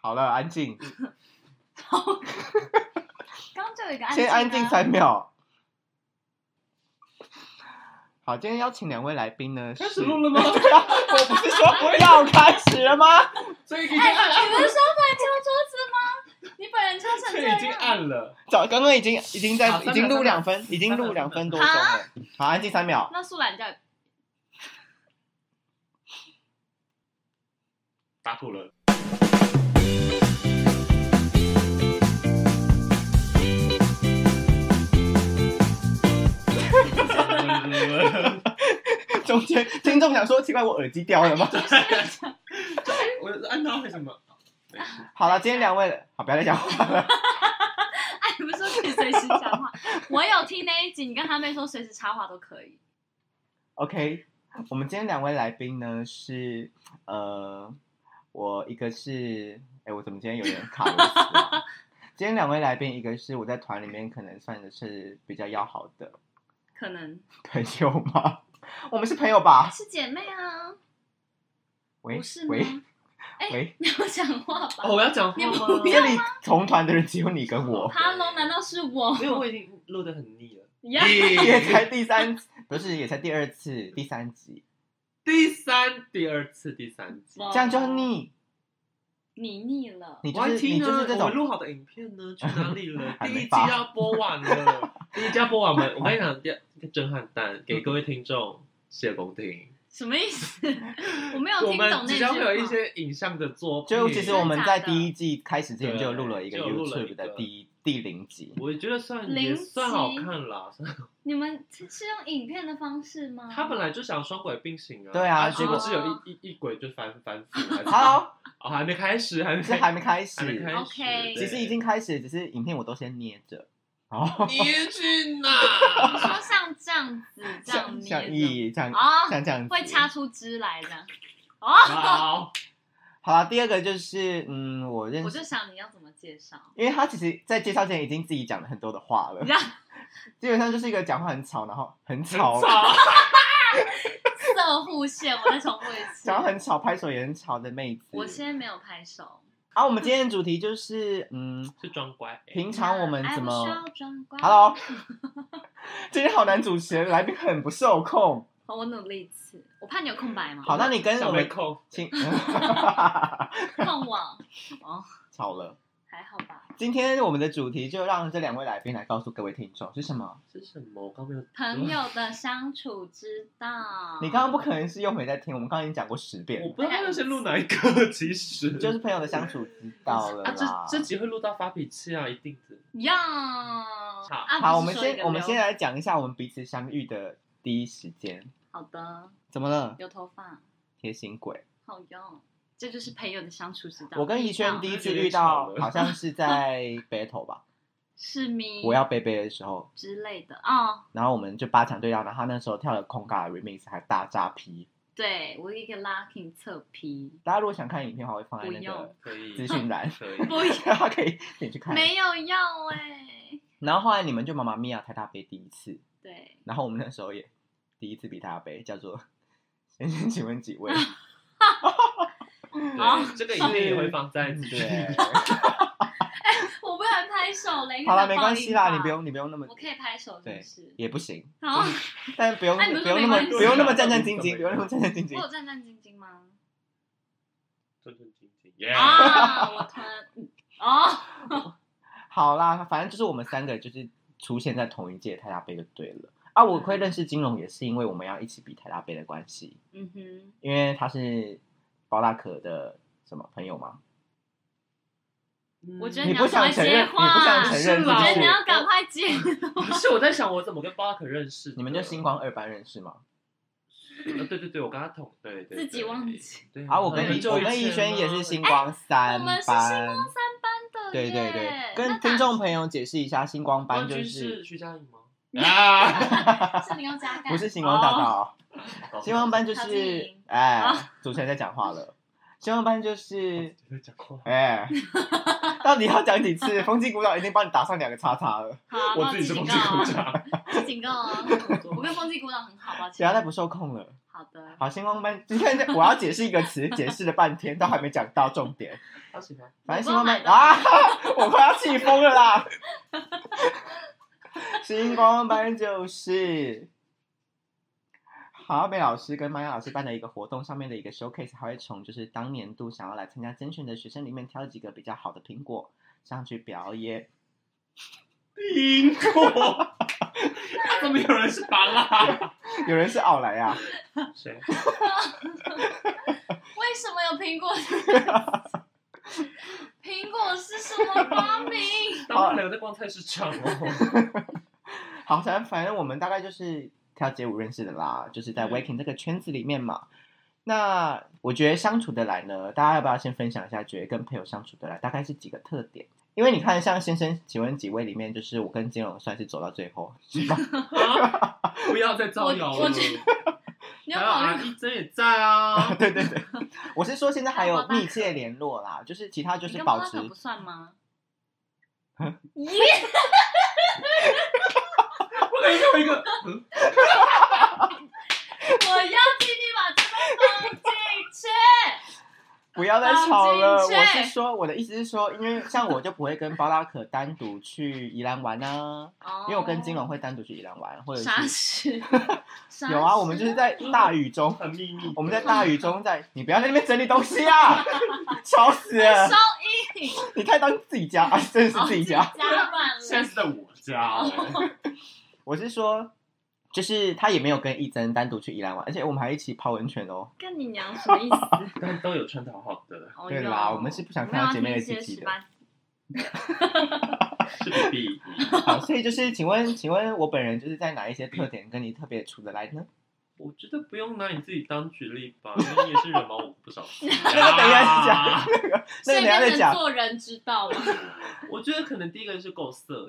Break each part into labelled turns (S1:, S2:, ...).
S1: 好了，安静，
S2: 刚刚就有一个安静、
S1: 先
S2: 啊，
S1: 安静三秒。好，今天邀请两位来宾呢，
S3: 开
S1: 是
S3: 始录了吗
S1: 对啊 我不是说要开始了吗？
S3: 这已经
S2: 哎、
S3: 按，
S2: 你不是说不能敲桌子吗？你本人敲成
S3: 这
S2: 这
S3: 已经
S2: 样，
S3: 按了。
S1: 早，刚刚已经已经在
S3: 好
S1: 已
S3: 三秒
S1: 经录
S3: 三秒
S1: 两分，已经
S3: 三秒
S1: 录两分多
S2: 三
S1: 钟
S2: 秒
S1: 了。好，安静三秒。
S2: 那素兰哎叫
S3: 打 吐了。
S1: 中间听众想说，奇怪，我耳机掉了 吗？
S3: 我按到为什 么？
S1: 好了，今天两位，好，不要再讲话了。
S2: 哎，你不是说可以随时讲 话？我有听那一集，你跟他妹说随时插话都可以。
S1: OK，我们今天两位来宾呢是呃，我一个是哎，我怎么今天有点卡螺丝 啊今天两位来宾，一个是我在团里面可能算的是比较要好的
S2: 可能
S1: 朋友吗？我们是朋友吧？
S2: 是姐妹啊，
S1: 喂
S2: 不是吗
S1: 喂？
S2: 哎
S1: 喂，
S2: 你有讲话吧、
S3: 哦，我哦要讲话
S2: 你
S3: 吗？
S2: 不
S1: 这里同团的人只有你跟我，
S2: h e l l o 难道是我？
S3: 没有，我已经录的很腻了。
S2: 呀
S1: 也才第三，不是也才第二次、第三集，
S3: 第三、第二次、第三集，
S2: 哇
S1: 这样就腻，
S2: 你腻了。
S1: 你就
S3: 哦我还
S1: 是你
S3: 听呢
S1: 就是这，
S3: 我们
S1: 种？
S3: 录好的影片 呢，去哪里了
S1: 还
S3: 第
S1: 没
S3: 一集
S1: 发
S3: 要播完了，第一集要播完了。我跟你讲，第二一个震撼弹给各位听众谢公听。
S2: 什么意思？ 我没有
S3: 我
S2: 听
S3: 们
S2: 懂那
S3: 即
S2: 句
S3: 将
S2: 话。
S3: 会有一些影像的作品。
S1: 就其实我们
S2: 真的
S1: 在
S2: 假的
S1: 第一季开始之前
S3: 对
S1: 就有录了一个
S3: 就有录了一
S1: YouTube
S3: 个
S1: 的第一第零集，
S3: 我觉得算
S2: 零
S3: 也
S2: 集
S3: 算好看啦。算
S2: 你们是用影片的方式吗？
S3: 他本来就想双轨并行啊，
S1: 对啊
S3: 他结果
S2: 结果
S3: 是有一一一轨就翻翻覆。 还是
S1: Hello，
S3: 哦，还没开始，还没
S1: 是还没开始
S3: 还，没开始
S2: OK
S1: 其实已经开始，只是影片我都先捏着， 哦，
S3: 你去
S2: 你
S3: 哪？
S2: 说像这样子，这样
S1: 像
S2: 捏
S1: 像
S2: 着
S1: 一像
S2: 哦，
S1: 像这样子
S2: 会掐出汁来的。
S3: 好，
S1: 好了，第二个就是嗯，我认
S2: 我
S1: 识
S2: 就，想你要怎么介绍，
S1: 因为他其实在介绍前已经自己讲了很多的话了
S2: 你知，道
S1: 基本上就是一个讲话很吵，然后很吵，
S3: 操！
S2: 色护线，我再重复一次。
S1: 讲话很吵，拍手也很吵的妹子。
S2: 我现在没有拍手。
S1: 好，我们今天的主题就是，嗯，
S3: 是装乖。
S1: 平常我们
S2: 哎
S1: 怎
S2: 不需
S1: 么哦
S2: 要装乖
S1: ？Hello，今天好难主持，来宾很不受控。
S2: 好我努力一次。我怕你有空白吗？
S1: 好，那你跟
S3: 小
S1: 我
S3: 妹
S1: 们
S3: 控，
S1: 请嗯
S2: 碰我。哦，
S1: 吵了。
S2: 还好吧。
S1: 今天我们的主题就让这两位来宾来告诉各位听众是什么。
S3: 是什么？我刚没有
S2: 朋，友的相处之道。
S1: 你刚刚不可能是又没在听，我们刚刚已经讲过十
S3: 我
S1: 遍，
S3: 不知
S2: 哎
S3: 道要先录哪一个，其实
S1: 就是朋友的相处之道了
S3: 嗯啊，这
S1: 啦。
S3: 这集会录到发脾气啊，一定的。
S2: 要
S3: 好
S2: 啊
S1: 好，我
S2: 不
S1: 们
S2: 是说一
S1: 先
S2: 个
S1: 我们
S2: 流
S1: 先来讲一下我们彼此相遇的第一时间。
S2: 好的，
S1: 怎么了？
S2: 有头发，
S1: 贴心鬼！
S2: 好用。这就是朋友的相处之道。
S1: 我跟怡轩
S2: 好
S1: 第一次
S3: 有点
S1: 遇到
S3: 吵，了
S1: 好像是在 battle 吧，
S2: 是咪
S1: 我要背背的时候，
S2: 之类的哦。
S1: 然后我们就八强对到，然后他那时候跳了空嘎的 remix，还大炸皮。
S2: 对我一个 locking 侧皮，
S1: 大家如果想看影片的话，我会放在
S2: 不
S1: 那个
S2: 用
S3: 可以
S1: 资讯栏，
S3: 可以。
S2: 不
S1: 大家可以点去看。
S2: 没有要哎、
S1: 然后后来你们就妈妈咪呀太大杯第一次，
S2: 对，
S1: 然后我们那时候也第一次比大杯，叫做先生，请问几 位？
S2: 好哦
S3: 对，这个一定也会放在资
S1: 嗯
S3: 讯
S1: 对，
S2: 我不能拍手嘞。因为
S1: 好了，
S2: 它
S1: 没
S2: 爆
S1: 关系
S2: 音
S1: 啦，
S2: 吧
S1: 你不，用你不用那么
S2: 我可以拍手，
S1: 对
S2: 是
S1: 也不行，
S2: 不是？好，
S1: 但不用
S2: 哎你不是
S1: 不用
S2: 没
S1: 那么
S2: 关系
S1: 不用那么战战兢
S3: 到底
S1: 兢，
S3: 是
S1: 不用那么战战兢
S2: 我有
S1: 兢。
S2: 战战兢兢吗？
S3: 正正经经。耶！
S2: 啊，我突然，嗯哦，
S1: 好啦，反正就是我们三个就是出现在同一届太大杯就对了。啊，我会认识金融也是因为我们要一起比太大杯的关系。
S2: 嗯哼，
S1: 因为他是包大可的什么朋友吗？
S3: 嗯
S2: 我觉得
S1: 你
S2: 你
S1: 不
S2: 要赶
S1: 想承
S2: 快
S1: 认，你
S2: 接
S1: 不想
S2: 话，
S1: 承认，
S3: 是
S1: 就
S2: 我
S3: 啦
S2: 觉
S1: 是
S2: 得你要赶快接。
S3: 不是，我在想我怎么跟巴可认识的？
S1: 你们
S2: 啊
S1: 就星光二班认识吗？
S3: 呃对对对，我跟他同对对，对
S2: 自己忘记。
S3: 对
S1: 啊，我跟
S2: 很
S1: 怡
S2: 久
S1: 我跟怡轩也是星光
S2: 哎
S1: 三
S2: 我们是星
S1: 班
S2: 光，三班的
S1: 对
S2: 耶
S1: 对对，跟
S2: 那
S1: 听
S2: 哪
S1: 众朋友解释一下，星光班
S3: 冠
S1: 就
S3: 军
S1: 是
S3: 是徐佳莹 吗？ 啊，
S2: 是林宥嘉干，哦
S1: 不是星光大道，星
S3: 哦
S1: 光班就
S2: 陶晶
S1: 是
S2: 莹
S1: 哎
S2: 啊，
S1: 主持人在讲话了，星光班就是
S3: 有讲过，
S1: 哎，到底要讲几次？风纪鼓掌已经帮你打上两个叉叉了，
S2: 好啊，
S3: 我
S2: 帮
S3: 自己是
S2: 警
S3: 风
S2: 告
S3: 纪鼓
S2: 啊，
S3: 掌。
S2: 警告啊！我跟风纪鼓掌很好，抱
S1: 只要
S2: 歉
S1: 再。不受控了。
S2: 好的，
S1: 好，星光班，你看这我要解释一个词，解释了半天都还没讲到重点。
S3: 好喜欢。
S1: 反正星光班
S2: 我不
S1: 啊， 我快要气疯了啦！ 星光班就是好美老师跟玛雅老师办的一个活动，上面的一个 showcase，还会从就是当年度想要来参加甄选的学生里面挑几个比较好的苹果上去表演。
S3: 苹果，怎么有人是巴拉？
S1: 有人是奥莱啊，
S3: 谁？
S2: 为什么有苹果？ 苹果是什么发 明？
S3: 当我们两个在逛菜市场哦。
S1: 好，反正反正我们大概就是跳街舞认识的啦，就是在
S3: 嗯
S1: Waking 这个圈子里面嘛。那我觉得相处的来呢，大家要不要先分享一下，觉得跟朋友相处的来大概是几个特点？因为你看，像先生，请问几位里面，就是我跟金融算是走到最后，是吧？
S3: 啊不要再造谣
S2: 我
S3: 了
S2: 我。觉你要
S3: 还有
S2: 考
S3: 阿
S2: 虑
S3: 姨真也在啊。
S1: 对对对，我是说现在还
S2: 还有
S1: 有
S2: 包大
S1: 密切联络啦，就是其他就
S2: 你
S1: 是
S2: 跟
S1: 保
S2: 巴
S1: 持
S2: 可不 算吗？咦，
S3: 我等一下有一个，嗯
S2: 我要请你把这个放进去。
S1: 不要再吵了。
S2: 绑进去
S1: 我是说，我的意思是说，因为像我就不会跟包拉可单独去宜兰玩啊。因为我跟金
S2: 哦
S1: 龙会单独去宜兰玩，或者
S2: 啥
S1: 是
S2: 事？啥
S1: 有啊，
S2: 事
S1: 我们就是在大雨中，
S3: 很秘密。
S1: 我们在大雨中在，你不要在那边整理东西 啊，吵死了
S2: 收！音
S1: 你太当自己家 啊，真的是自己家。
S2: 哦加满
S3: 现在
S2: 了。
S3: 是在我家哦。
S1: 我是说，就是他也没有跟一真单独去宜兰玩，而且我们还一起泡温泉哦。
S2: 跟你娘什么意思？
S3: 但都有穿的好好的，
S2: 哦
S1: 对啦
S2: 哟
S1: 我们是不想看到姐妹的鸡鸡的
S2: 我们要听一些
S3: 是比比。
S1: 好，所以就是，请问，请问我本人就是在哪一些特点跟你特别处得来呢？
S3: 我觉得不用拿你自己当举例吧，因为你也是人毛，我不少。 啊等
S1: 等
S3: 一
S1: 一下是讲那个，那个等一
S2: 18
S1: 下
S2: 所以
S1: 再
S2: 变成
S1: 讲。
S2: 做人之道嘛，
S3: 我觉得可能第一个就是够 色，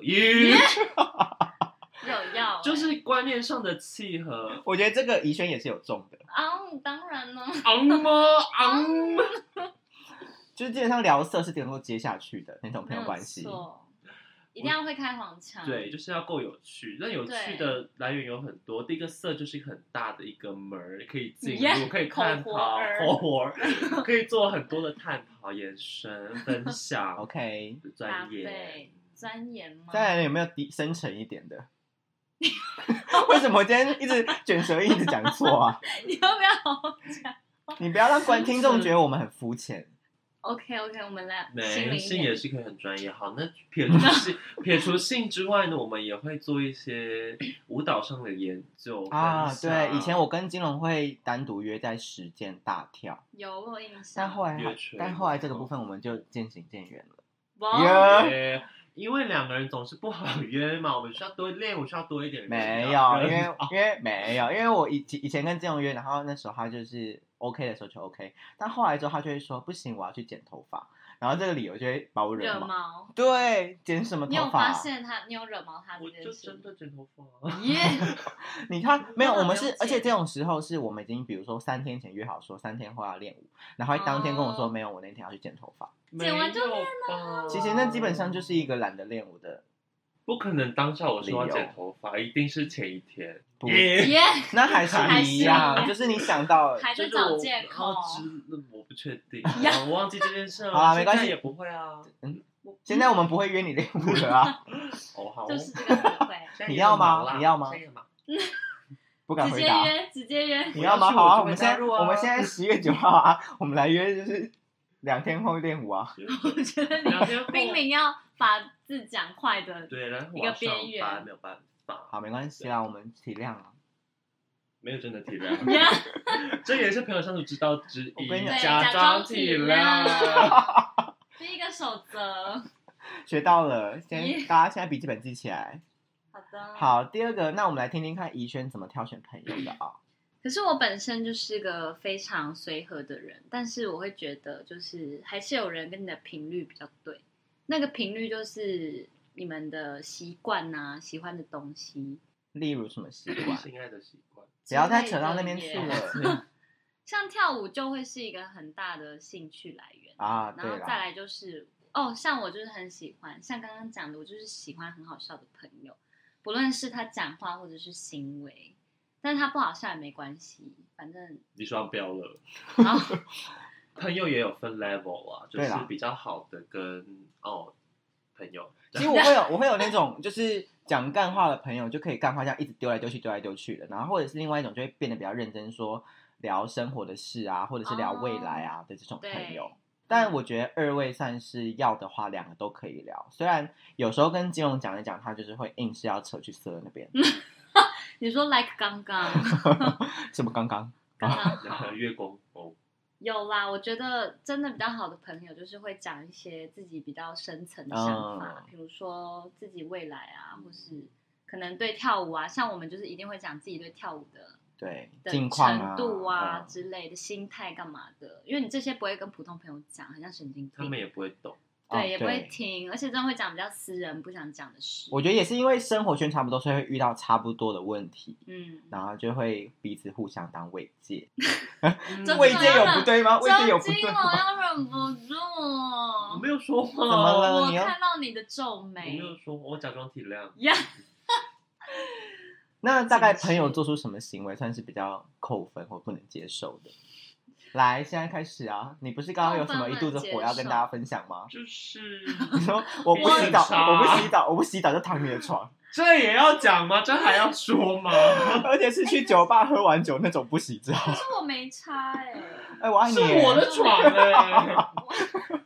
S2: 有要
S3: 就是观念上的契合。
S1: 我觉得这个宜轩也是有中的，
S2: 啊，当然了，
S3: 昂么昂，
S1: 就是基本上聊色是能够接下去的那种
S2: 没
S1: 朋友
S2: 有
S1: 关系。
S2: 错，一定要会开黄腔。
S3: 对，就是要够有趣。那有趣的来源有很多，第一个色就是一个很大的一个门儿，可以进
S2: Yeah，
S3: 入，可以探
S2: 口活
S3: 讨，
S2: 儿
S3: 口活儿， 可以做很多的探讨、延伸、分享、
S1: OK，
S2: 搭
S3: 专业
S2: 配。钻研吗？
S1: 再来有没有低深沉一点的？为什么我今天一直卷舌音，一直讲错 啊？
S2: 你要不要讲
S1: 你不要让观听众觉得我们很肤浅。
S2: ？OK OK，我们来心
S3: 没
S2: 灵
S3: 性
S2: 一
S3: 也
S2: 点。
S3: 是可以很专业。好，那撇除性撇除性之外呢，我们也会做 一些舞蹈上的研究
S1: 啊，
S3: 分享
S1: 对，以前我跟金龙会单独约在实践大跳，
S2: 有我有印象。
S1: 但后来
S3: 约出来
S1: 但后来这个部分我们就渐行渐远了。
S2: 哇
S1: 耶
S3: 约因为两个人总是不好约嘛，我们需要多练，我需要多一点人。
S1: 没有，因为
S3: 人
S1: 因为没有，因为我以以前跟金龙约，然后那时候他就是 OK 的时候就 OK，但后来之后他就会说不行，我要去剪头发，然后这个理由就会把我惹
S2: 惹
S1: 毛。
S2: 毛，
S1: 对，剪什么
S2: 你有
S1: 头发
S2: 发
S1: 啊？
S2: 现他，你有惹毛他这
S3: 我
S2: 件
S3: 就
S2: 事
S3: 真
S2: 吗？
S3: 的剪头发。
S2: 耶，
S1: 你看，没有，
S2: 那
S1: 我们
S2: 没有
S1: 是，而且这
S2: 见
S1: 种时候是我们已经，比如说三天前约好说三天后要练舞，然后当天跟我说、
S2: 哦
S1: 没有，我那天要去 剪头发。
S2: 剪完就
S3: 练了
S1: 其实那基本上就是一个懒得练舞的，
S3: 不可能当下我说要
S1: 理由
S3: 剪头发，一定是前一天。
S1: 不
S3: 耶
S2: 耶，
S1: 那还是
S3: 还
S1: 一
S2: 是
S1: 样，
S2: 有
S1: 就是你想到，
S2: 还
S3: 就
S2: 在
S3: 是我
S2: 找借口
S3: 然。后之那我不确 定，啊我忘记这件事了。
S1: 好啊没
S3: 现
S1: 关
S3: 在
S1: 系
S3: 也不会啊。
S1: 现在我们不会约你练舞了啊，
S3: 哦，好，
S2: 就是这个机会，
S3: 现在
S1: 你
S3: 也
S1: 要
S3: 很忙
S1: 吗
S3: 啦
S1: 你要吗
S3: 现在也忙
S1: 不敢
S2: 直
S1: 回
S2: 接
S1: 答。
S2: 约，直接约，
S1: 你要吗？
S3: 我要去
S1: 好啊，
S3: 我
S1: 我们
S3: 就
S1: 现
S3: 会
S1: 在
S3: 加入啊
S1: 我们现在十月九号啊，我们来约就是两天后练舞啊。
S2: 我觉得 你
S3: 两天后
S2: 冰凌要把字讲快的，
S3: 对，然后
S2: 一
S3: 我
S2: 个
S3: 要上
S2: 边缘
S3: 班，没有办法，
S1: 好，没关系啦，我们体谅啊。
S3: 没有真的体
S2: 你要
S3: 谅，这也是朋友相处之道之
S1: 我
S3: 一
S1: 跟你，
S2: 对
S3: 假
S2: 装
S3: 体谅。
S2: 谅， 第一个守则。
S1: 学到了，先
S2: 耶
S1: 大家现在笔记本记起来。
S2: 好的，。
S1: 好，第二个，那我们来听听看宜轩怎么挑选朋友的啊。
S2: 可是我本身就是个非常随和的人，但是我会觉得，就是还是有人跟你的频率比较对。那个频率就是你们的习惯呐、喜欢的东西。
S1: 例如什么习
S2: 嗯
S1: 惯？
S3: 性爱的习惯，
S1: 不要再扯到那边去 了嗯
S2: 像跳舞就会是一个很大的兴趣来源，
S1: 啊！
S2: 然
S1: 对
S2: 后
S1: 了
S2: 再，来就是哦，像我就是很喜欢，像刚刚讲的，我就是喜欢很好笑的朋友，不论是他讲话或者是行为，但是他不好笑也没关系，反正
S3: 你双标了。
S2: 然后
S3: 朋友也有分 level 啊，就
S1: 对
S3: 是
S1: 啦
S3: 比较好的跟哦朋友，
S1: 其实我会有我会有那种就是讲干话的朋友，就可以干话这样一直丢来丢去丢来丢去的，然后或者是另外一种就会变得比较认真说聊生活的事啊，或者是聊未来啊的这种朋友
S2: 哦对。嗯
S1: 但我觉得二位算是要的话，两个都可以聊。虽然有时候跟金融讲一讲，他就是会硬是要扯去色那边，
S2: 你说 like 刚 刚
S1: 什么刚刚
S2: 刚刚
S3: 然
S2: 好
S3: 后，月光哦，
S2: 有啦，我觉得真的比较好的朋友，就是会讲一些自己比较深层的想法，
S1: 嗯
S2: 比如说自己未来啊，或是可能对跳舞啊，像我们就是一定会讲自己对跳舞的
S1: 对
S2: 的
S1: 近况啊
S2: 程度啊
S1: 嗯
S2: 之类的心态干嘛的，因为你这些不会跟普通朋友讲，很像神经病，
S3: 他们也不会懂。
S1: 哦
S2: 对也不会
S1: 对
S2: 听，而且真的会讲比较私人不想讲的事。
S1: 我觉得也是因为生活圈差不多，所以会遇到差不多的问题，
S2: 嗯，
S1: 然后就会彼此互相当慰藉。
S2: 真的
S1: 慰藉有不对吗？慰藉有不
S2: 周金
S1: 对
S3: 哦
S2: 我
S1: 吗？
S2: 哦要忍不住，
S3: 我没有说话，
S1: 怎么了
S2: 我
S1: 你要
S2: 看到你的皱
S3: 我
S2: 眉
S3: 没有说话，我假装体谅。
S2: 呀。
S1: 那大概朋友做出什么行为算是比较扣分或不能接受的？来，现在开始啊！你不是刚刚有什么一肚子火要跟大家分享吗？
S3: 就是
S1: 你说我不洗澡，我不洗澡，我不洗澡就躺你的床，
S3: 这也要讲吗？这还要说吗？
S1: 而且是去酒吧喝完酒那种不洗澡。
S2: 可是我没 差哎、
S1: 哎，我爱你
S3: 是
S1: 耶。
S3: 我的床哎、
S2: 我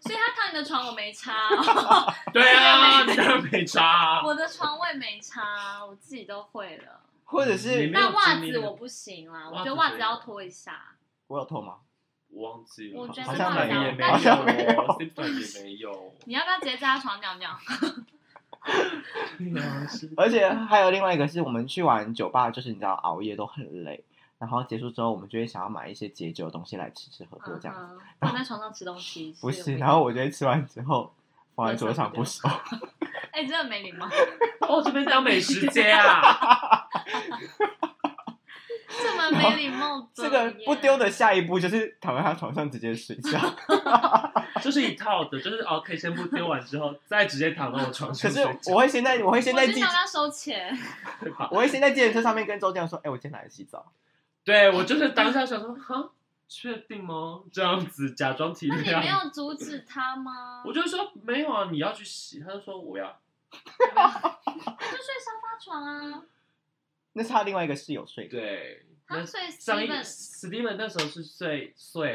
S2: 所以他躺你的床我没差，
S3: 对啊，你当然没差啊、
S2: 我的床我也没差，我自己都会了。
S1: 或者是
S3: 嗯你没有
S2: 但袜
S3: 经历
S2: 子
S3: 过
S2: 我不行啦，我
S3: 袜
S2: 觉
S3: 子
S2: 得袜子
S3: 可以
S2: 要脱一下。
S1: 我有痛吗？
S3: 我忘记了，
S2: 我觉得
S1: 好像没有
S3: 也没
S1: 好像没有
S3: ，Simpson 也没有。
S2: 你要不要直接在他床尿 尿？
S1: 而且还有另外一个是我们去完酒吧，就是你知道熬夜都很累，然后结束之后我们就会想要买一些解酒的东西来吃吃喝喝这样。
S2: 嗯哼躺在床上吃 东西
S1: 不
S2: 有
S1: 是，
S2: 病
S1: 然后我觉得吃完之后放在桌上不收，
S2: 哎、真的没 礼貌，
S3: 哦，这边当美食街啊，
S2: 这么没礼貌的
S1: 这
S2: 耶，
S1: 个不丢的下一步就是躺在他床上直接睡 觉。
S3: 就是一套的，就是哦，可以先不丢完之后，再直接躺到我床
S1: 可
S3: 上
S1: 是
S3: 睡觉。
S1: 我会先 在，我会
S2: 我
S1: 先在
S2: 就
S1: 计，
S2: 想要收 钱，
S1: 我会先在计程车上面跟周建说，哎、我今天来洗澡。
S3: 对我就是当下想说，哈，确定吗？这样子假装体
S2: 那你没
S3: 谅，
S2: 有阻止他吗？
S3: 我就说没有啊，你要去洗，他就说我要，
S2: 他就睡沙发床啊，
S1: 那是他另外一个室友睡的，
S3: 对。
S2: 他
S3: 那
S2: 睡
S3: 上一
S2: Steven
S3: Steven 那时候是睡睡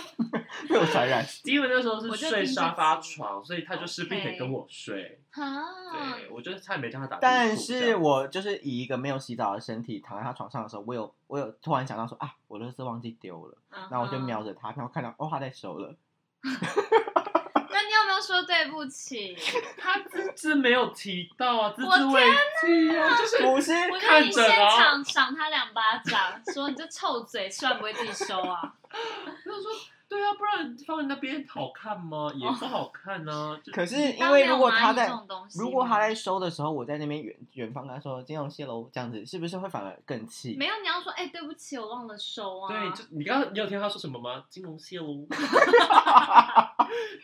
S1: 被我传 染。
S3: ，Steven 那时候
S2: 我
S3: 是
S2: 就
S3: 睡
S2: 听这
S3: 沙发
S2: 集
S3: 床，所以他就势必得
S2: OK
S3: 跟我睡。
S2: 啊，
S3: 对，我觉得差点没叫他打地铺。
S1: 但
S3: 这
S1: 是
S3: 样
S1: 我就是以一个没有洗澡的身体躺在他床上的时候，我有我有突然想到说啊，我垃圾忘记丢了，
S2: 然
S1: 然后我就瞄着他，然后看到哦他在收 了，
S2: 那你有没有说对不 起？
S3: 他字字没有提到啊，字
S2: 我
S3: 字未提啊，就是
S1: 不是
S2: 我觉得
S3: 看
S2: 你
S3: 着
S2: 现
S3: 然后
S2: 场赏他两巴掌，说你这臭嘴，吃完不会自己收啊？
S3: 没有说对啊，不然放在那边好看吗？也不好看啊。就
S1: 可是 因
S2: 当
S1: 为
S2: 没有
S1: 如果
S2: 蚂
S1: 他
S2: 蚁
S1: 在
S2: 这种东西
S1: 如果他
S2: 吗
S1: 在收的时候，我在那边远远方跟他说“金融蟹喽”这样子，是不是会反而更气？
S2: 没有，你要说哎、对不起，我忘了收啊。
S3: 对，就你刚刚你有听他说什么吗？金融蟹 喽，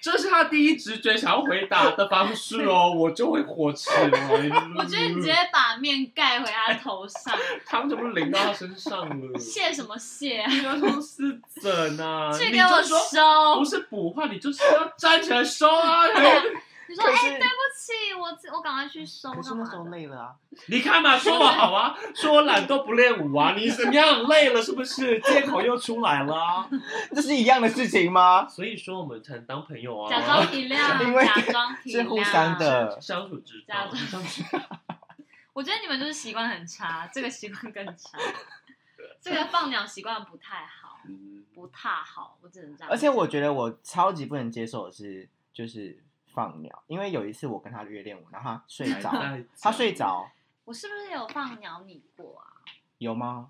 S3: 这是他第一直觉想要回答的方式哦，我就会火起来。
S2: 我觉得你直接把面盖回他头上，
S3: 汤怎么淋到他身上 了？
S2: 谢什么谢啊？
S3: 你要说是怎 啊？
S2: 去
S3: 你
S2: 给我
S3: 就说
S2: 收！
S3: 不是补话，你就是要站起来 收啊！
S2: 你说
S1: 可
S2: 哎、
S1: 是、
S2: 对不起，我我赶快去收
S1: 可是
S2: 干
S1: 那
S2: 嘛
S1: 时候
S2: 的？
S1: 累了啊，
S3: 你看嘛，说我好啊，说我懒惰不练 舞啊，你怎么样？累了是不是？借口又出来了啊。
S1: 这是一样的事情 吗？
S3: 所以说我们才能当朋友啊，
S2: 假装体
S1: 因为
S2: 谅，假装体谅，
S1: 是互相的，
S3: 相处之
S2: 假
S3: 道。
S2: 装我觉得你们就是习惯很差，这个习惯更差，这个放鸟习惯不太好，
S3: 嗯
S2: 不太好，我只能这样。
S1: 而且我觉得我超级不能接受的是，就是放鸟，因为有一次我跟他约练舞，然后他睡 着，
S3: 啊
S1: 他睡，着
S2: 我是不是有放鸟你过啊？
S1: 有吗？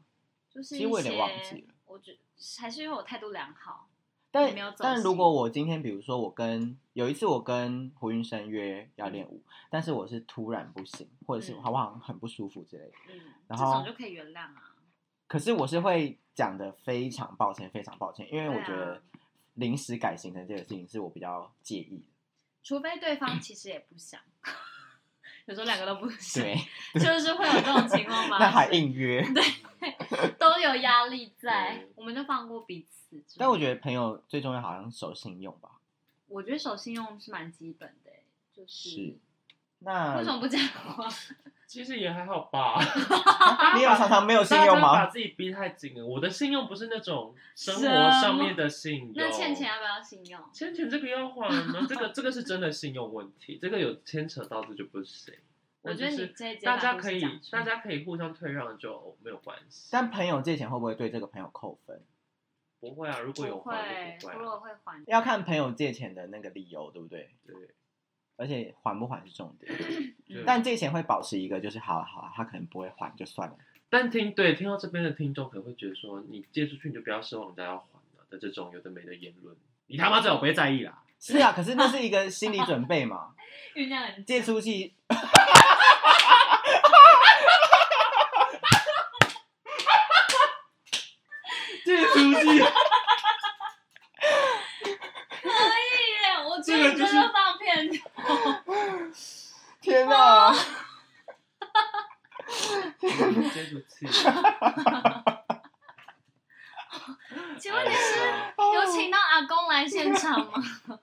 S2: 就是
S1: 其实我有点忘记
S2: 了，我觉还是因为我态度良好，
S1: 但
S2: 你没有走
S1: 但
S2: 心
S1: 如果我今天比如说我跟有一次我跟胡云生约要练舞，但但是我是突然不行，或者是
S2: 嗯
S1: 好不好像很不舒服之类的。
S2: 嗯，这
S1: 然后
S2: 种就可以原谅啊。
S1: 可是我是会讲的非常抱歉，非常抱歉，因为我觉
S2: 对
S1: 得
S2: 啊
S1: 临时改行程这个事情是我比较介意的。
S2: 除非对方其实也不想， 有时候两个都不行，
S1: 对，
S2: 就是会有这种情况吧。
S1: 那还硬约。
S2: 都有压力在
S3: 对，
S2: 我们就放过彼此。
S1: 但我觉得朋友最重要好像守信用吧。
S2: 我觉得守信用是蛮基本的欸、就是
S1: 是那
S2: 为什么不讲话？
S3: 其实也还好吧。
S1: 你有常常没有信用
S3: 大家
S1: 吗
S3: 把？自己逼太紧了。我的信用不是那种生活上面的信用。
S2: 那欠钱要不啊要信用？
S3: 欠钱这个要还呢，这个这个是真的信用问题，这个有牵扯到这就不行。
S2: 我觉得你这一节
S3: 大
S2: 把
S3: 家
S2: 故
S3: 可
S2: 事
S3: 以
S2: 讲出
S3: 大
S2: 来
S3: 家可以互相退让就没有关系。
S1: 但朋友借钱会不会对这个朋友扣分？
S3: 不会啊，如果有
S2: 不
S3: 还
S2: 会，
S3: 就
S2: 我
S3: 不会
S2: 如
S3: 啊、
S2: 果会还，
S1: 要看朋友借钱的那个理由，对不对？
S3: 对，
S1: 而且还不还是重点。
S2: 嗯
S3: 就
S1: 但借钱会保持一个就是好啊好啊，他可能不会还就算了。
S3: 但听对听到这边的听众可能会觉得说，你借出去你就不要奢望人家要还了的这种有的没的言论，你他妈最好不会在 意啦。
S1: 是啊，可是那是一个心理准备嘛。
S2: 酝酿很
S1: 借出去，
S3: 借出去，
S2: 可以耶，哎我觉
S3: 这个
S2: 得你
S3: 就
S2: 真
S3: 是
S2: 的放骗 你，
S1: 天哪！
S3: 借出去，
S2: 请问你是
S3: 哎
S2: 有请到阿公来现场吗？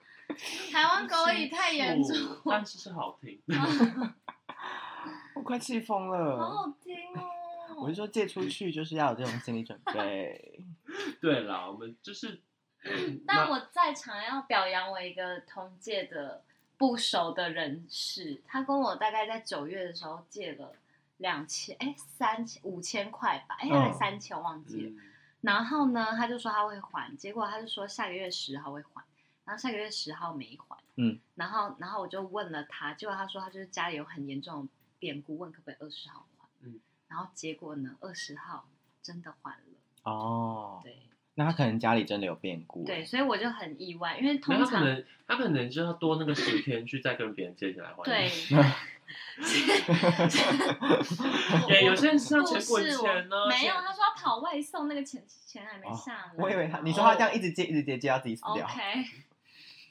S2: 台湾狗语太严重，
S3: 但是是好听。
S1: 我快气疯
S2: 好
S1: 了。
S2: 好听
S1: 我
S2: 哦。
S1: 是说借出去就是要有这种心理准备。
S3: 对啦，我们就是，嗯
S2: 但
S3: 那
S2: 我在场要表扬我一个同届的不熟的人士，他跟我大概在九月的时候借了两千，哎，三千五千块吧，哎，
S1: 嗯
S2: 还是三千忘记了。
S3: 嗯
S2: 然后呢，他就说他会还，结果他就说下个月十号会还，然后下个月十号没还，
S1: 嗯，
S2: 然后然后我就问了他，结果他说他就是家里有很严重的变故，问可不可以二十号还，
S3: 嗯，
S2: 然后结果呢，二十号真的还了，
S1: 哦，
S2: 对
S1: 那他可能家里真的有变故。
S2: 对，，所以我就很意外，因为
S3: 那
S2: 通
S3: 他可
S2: 常
S3: 能他可能就要多那个十天去再跟别人借钱来还。
S2: 对
S3: 也有
S2: 我
S3: 些人是要
S2: 故
S3: 钱滚
S2: 事
S3: 钱啊呢
S2: 我，没有，
S3: 钱
S2: 他说要跑外送，那个钱钱还没
S1: 哦
S2: 下来，
S1: 我以为他，你说他这样一直借，一直借，借到自己死掉。
S2: OK，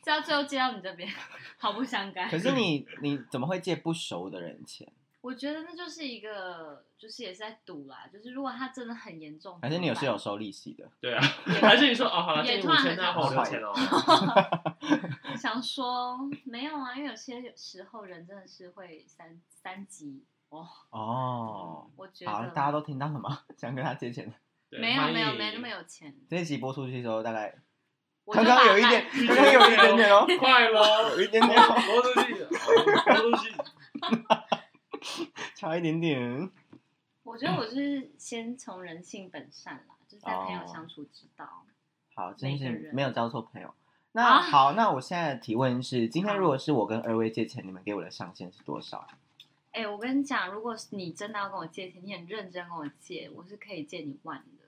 S2: 这样最后接到你这边， 毫不相干。
S1: 可是你，你怎么会借不熟的人钱？
S2: 我觉得那就是一个，就是也是在赌啦。就是如果他真的很严重，
S1: 反正你有
S2: 怎
S1: 是
S2: 么
S1: 有收利息的，
S3: 对啊， 还是你说哦好了，
S2: 也
S3: 借你
S2: 突
S3: 五
S2: 然
S3: 千，
S2: 很
S3: 那
S2: 想
S3: 还我六千哦。
S2: 办 想说没有啊，因为有些时候人真的是会三三级哦。
S1: 哦。
S2: 我觉
S1: 好，
S2: 得
S1: 大家都听到了吗？ 想跟他借钱的，
S3: 对
S2: 没有没有
S3: 欢迎
S2: 没那么有钱，
S1: 这一集播出去的时候，大概
S2: 我就
S1: 刚刚
S2: 把
S1: 有一
S2: 烂
S1: 点，刚刚有一点点哦，
S3: 快喽，
S1: 有一点点 哦，
S3: 摸出去，摸出去。
S1: 差一点点。
S2: 我觉得我就是先从人性本善啦，就是在朋
S1: 哦
S2: 友相处之道。
S1: 好，真
S2: 每个
S1: 是
S2: 人
S1: 没有交错朋友。那、
S2: 啊
S1: 好，那我现在的提问是：今天
S2: 好
S1: 如果是我跟二位借钱，你们给我的上限是多少？
S2: 哎、我跟你讲，如果是你真的要跟我借钱，你很认真跟我借，我是可以借你万的，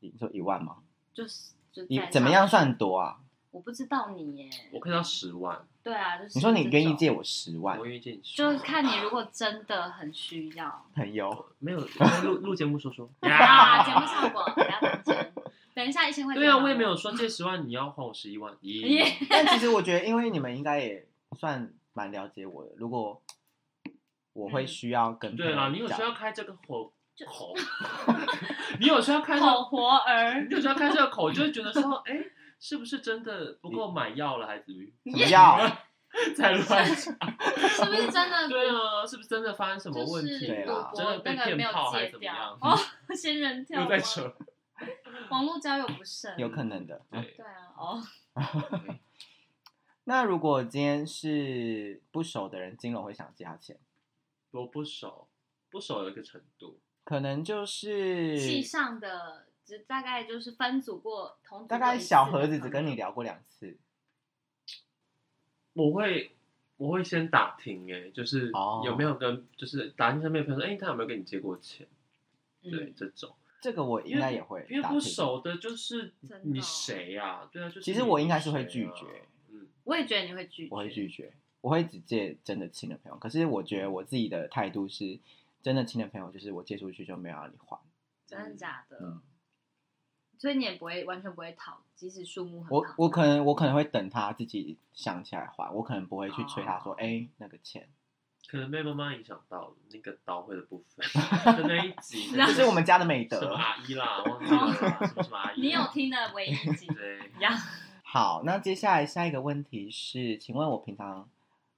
S1: 你说一万吗？
S2: 就是就
S1: 一
S2: 在
S1: 怎么
S2: 上
S1: 样算多啊？
S2: 我不知道你耶。
S3: 我看到十万，
S2: 对啊，就是
S1: 你说你愿
S2: 这
S1: 意
S2: 种
S1: 借，我十万
S3: 我，愿意借你十
S2: 就
S3: 万。
S2: 是看你如果真的很需 要
S1: 朋友，
S3: 没有录录节目说说
S2: 啊，节目效果不要当真。等一下一千块钱
S3: 对
S2: 拿
S3: 啊，
S2: 我，
S3: 我也没有说借十万，你要还我十一万，
S2: 耶。
S3: 咦？
S1: 但其实我觉得，因为你们应该也算蛮了解我的，如果我会
S2: 嗯
S1: 需要跟朋
S3: 对
S1: 友
S3: 啦，你有
S1: 讲
S3: 需要开这个口口， 你有需要开
S2: 口
S3: 这个，
S2: 活儿
S3: 你，有需要开这个口，就会觉得 说，哎，是不是真的不够买药了，还是
S1: 什么药？
S3: 在乱讲？
S2: 是不是真的？
S3: 对啊，是不是真的发生什么
S2: 就
S3: 问
S2: 是
S3: 题
S1: 对
S2: 赌
S1: 啦
S3: 了？真
S2: 博
S3: 的
S2: 那
S3: 被
S2: 个没
S3: 骗
S2: 有
S3: 炮还
S2: 戒
S3: 是怎么
S2: 掉
S3: 样？
S2: 哦，仙人 跳
S3: 又在
S2: 吗
S3: 扯，
S2: 网络交友不慎，
S1: 有可能的。嗯
S3: 对
S2: 对啊，哦，
S1: 那如果今天是不熟的人，金融会想借他钱，
S3: 我不熟，不熟有一个程度，
S1: 可能就是
S2: 系上的只大概就是分组过同组
S1: 大
S2: 过
S1: 概
S2: 一次
S1: 小
S2: 的
S1: 盒子只
S2: 朋
S1: 跟
S2: 友
S1: 你聊过两次，
S3: 我会我会先打听哎、就是
S1: 哦
S3: 有没有跟、就是打听身边的朋友说，哎、他有没有跟你借过钱？对，
S2: 嗯
S3: 这种
S1: 这个我应该也会
S3: 因为
S1: 打
S3: 不
S1: 听
S3: 熟的，就是
S2: 真的
S3: 你
S2: 哦
S3: 谁呀、对啊，就是
S1: 其实
S3: 你
S1: 我应该是会
S3: 谁啊
S1: 拒绝，
S3: 嗯，
S2: 我也觉得你会拒绝，
S1: 我会拒绝，我会只借真的亲的朋友。可是我觉得我自己的态度是，真的亲的朋友就是我借出去就没有让你
S2: 嗯
S1: 还。
S2: 真的假的？
S1: 嗯
S2: 所以你也不会完全不会讨，即使数目很
S1: 我
S2: 好，
S1: 我可能我可能会等他自己想起来还，我可能不会去催他说，
S2: 哦
S1: 哎、那个钱
S3: 可能被妈妈影响到了那个倒会的部 分的那一 集，
S2: 然
S1: 这
S2: 后
S1: 是我们家的美
S3: 什么
S1: 德。
S3: 阿姨啦，忘记了啦什么什么阿姨啦，
S2: 你有听的唯一一 集
S3: 对，
S2: 一样，
S1: 好，那接下来下一个问题是，请问我平常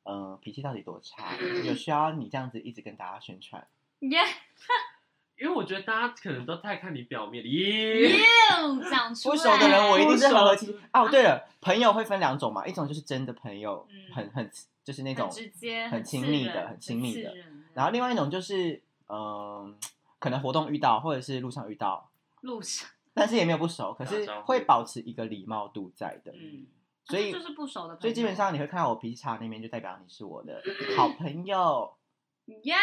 S1: 呃脾气到底多差？有需要你这样子一直跟大家宣传？
S2: 耶
S3: 因为我觉得大家可能都太看你表面了，
S2: 耶
S3: 咦，，
S2: 讲出
S1: 不
S2: 来。
S1: 熟的人，我一定是和和气
S3: 不熟
S2: 啊
S1: 哦，对了，朋友会分两种嘛，一种就是真的朋友，
S2: 嗯
S1: 很很就是那种
S2: 很直接，
S1: 很亲密的很亲密的
S2: 的。
S1: 然
S2: 后
S1: 后另外一种就是，嗯、可能活动遇到，或者是路上遇到，
S2: 路上，
S1: 但是也没有不熟，可是
S3: 打招呼
S1: 会保持一个礼貌度在的。
S2: 嗯，
S1: 所以
S2: 这就是不熟的朋友，
S1: 所以基本上你会看到我脾气差那边，就代表你是我的好朋友。
S2: 耶，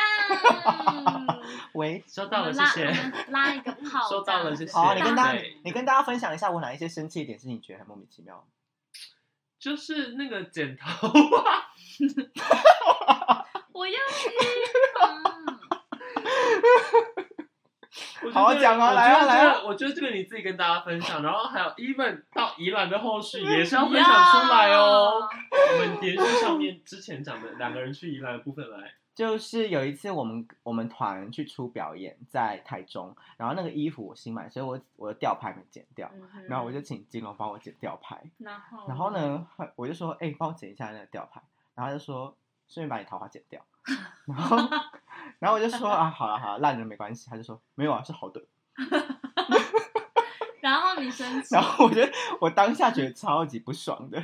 S1: 喂，
S3: 收到了，谢
S2: 我
S3: 谢。
S2: 们拉我们拉一个炮，
S3: 收到了谢谢
S1: 好、啊，你跟大家
S3: 对
S1: 你跟大家分享一下我哪一些生气的点是你觉得很莫名其妙的？
S3: 就是那个剪头发，
S2: 我要你，
S3: 我觉得
S1: 好好讲啊来啊
S3: 我觉得
S1: 来啊
S3: 这个我觉得这个你自己跟大家分享，然后还有 even 到宜兰的后续也是要分享出来哦。。我们连续上面之前讲的两个人去宜兰的部分来，
S1: 就是有一次我们我们团去出表演在台中，然后那个衣服我新买，所以我我的吊牌没剪掉，然后我就，请金龙帮我剪吊牌，
S2: 嗯然后，
S1: 然后？呢我就说哎、帮我剪一下那个吊牌，然后他就说顺便把你桃花剪掉，然 后然后我就说啊好了好了烂了没关系，他就说没有啊是好的，
S2: 然后你生气
S1: 然，后我觉得我当下觉得超级不爽的，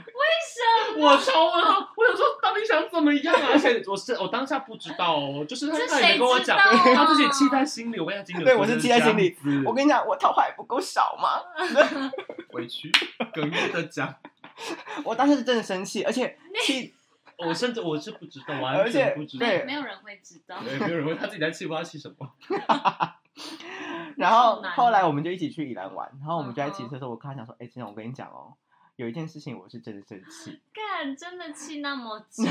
S3: 我超问号，我想说到底想怎么样啊？而且我是我当下不知道哦，就是他
S2: 这
S3: 他也没
S2: 谁
S3: 跟我
S2: 知道
S3: 讲，
S2: 啊？
S3: 他自己气在心里，我跟他经理，
S1: 对我是气在心里，我
S3: 我
S1: 跟你讲我桃花也不够少嘛。
S3: 委屈哽咽的 讲，
S1: 我当时是真的生气，而且气，
S3: 我甚至我是不知道，
S1: 而
S3: 完
S1: 且
S3: 全不知道，
S1: 对
S2: 没有人会知道。
S3: 对，没有人问他自己在气，不知道气什么。
S1: 然后
S2: 好难哦
S1: 后来我们就一起去宜兰玩，然后我们就在骑
S2: 嗯
S1: 车的时候，我跟他讲说，哎、金龙，我跟你讲哦，有一件事情我是真的生气，
S2: 干，真的气那么 久，